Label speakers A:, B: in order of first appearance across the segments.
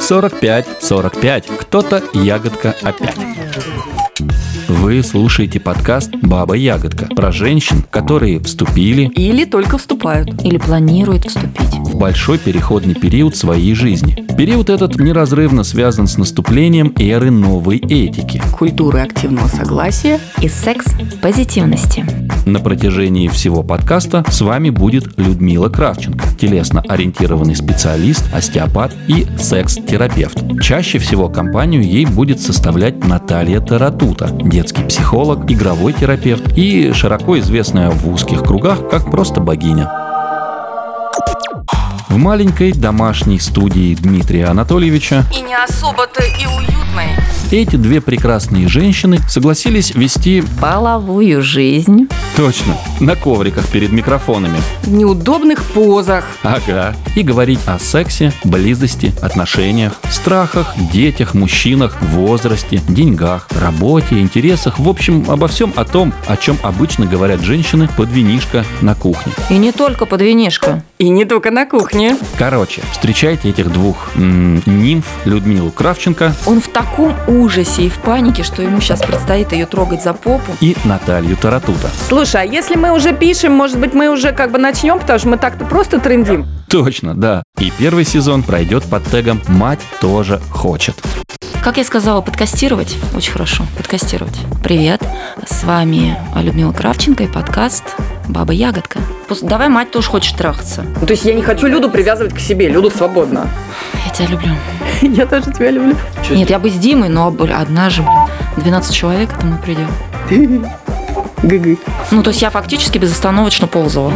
A: 45, 45, кто-то ягодка опять. Вы слушаете подкаст «Баба Ягодка» про женщин, которые вступили
B: Или только вступают.
C: Или планирует вступить.
A: в большой переходный период своей жизни. Период этот неразрывно связан с наступлением эры новой этики.
B: Культуры активного согласия.
C: И секс-позитивности.
A: На протяжении всего подкаста с вами будет Людмила Кравченко, телесно-ориентированный специалист, остеопат и секс-терапевт. Чаще всего компанию ей будет составлять Наталья Таратута, детский психолог, игровой терапевт и широко известная в узких кругах как просто богиня. В маленькой домашней студии Дмитрия Анатольевича
B: И не особо-то и уютной.
A: эти две прекрасные женщины согласились вести,
C: Половую жизнь.
A: точно, на ковриках перед микрофонами.
B: В неудобных позах.
A: Ага. И говорить о сексе, близости, отношениях, страхах, детях, мужчинах, возрасте, деньгах, работе, интересах. В общем, обо всем о том, о чем обычно говорят женщины под винишко на кухне.
C: И не только под винишко.
B: И не только на кухне.
A: Короче, встречайте этих двух м, нимф Людмилу Кравченко
C: Он в таком ужасе и в панике, что ему сейчас предстоит ее трогать за попу.
A: и Наталью Таратута.
B: Слушай, а если мы уже пишем, может быть, мы уже как бы начнем, потому что мы так-то просто трендим.
A: Точно, да. И первый сезон пройдет под тегом «Мать тоже хочет».
C: Как я сказала, подкастировать. Очень хорошо. Подкастировать. Привет. С вами Людмила Кравченко и подкаст «Баба Ягодка». Пос- Давай мать тоже хочет трахаться.
B: Ну, То есть я не хочу Люду привязывать к себе. Люду свободно.
C: Я тебя люблю.
B: Я тоже тебя люблю.
C: Нет, я бы с Димой, но бля, одна же, блин, 12 человек, это мы придем.
B: Гы-гы.
C: Ну, то есть я фактически безостановочно ползала.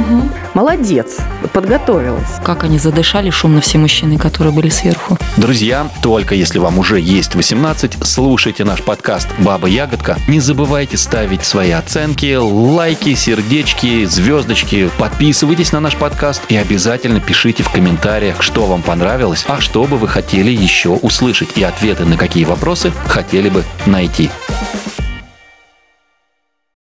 B: Молодец. Подготовилась.
C: Как они задышали шумно все мужчины, которые были сверху.
A: Друзья, только если вам уже есть 18, слушайте наш подкаст «Баба Ягодка». Не забывайте ставить свои оценки, лайки, сердечки, звездочки. Подписывайтесь на наш подкаст и обязательно пишите в комментариях, что вам понравилось, а что бы вы хотели еще услышать и ответы на какие вопросы хотели бы найти.